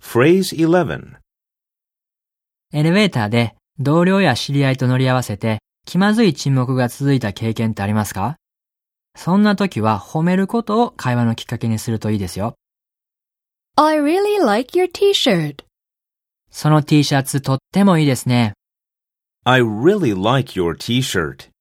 Phrase 11. エレベーターで同僚や知り合いと乗り合わせて気まずい沈黙が続いた経験ってありますかそんな時は褒めることを会話のきっかけにするといいですよ。 I really like your t-shirt. その T シャツとってもいいですね。 I really like your t-shirt.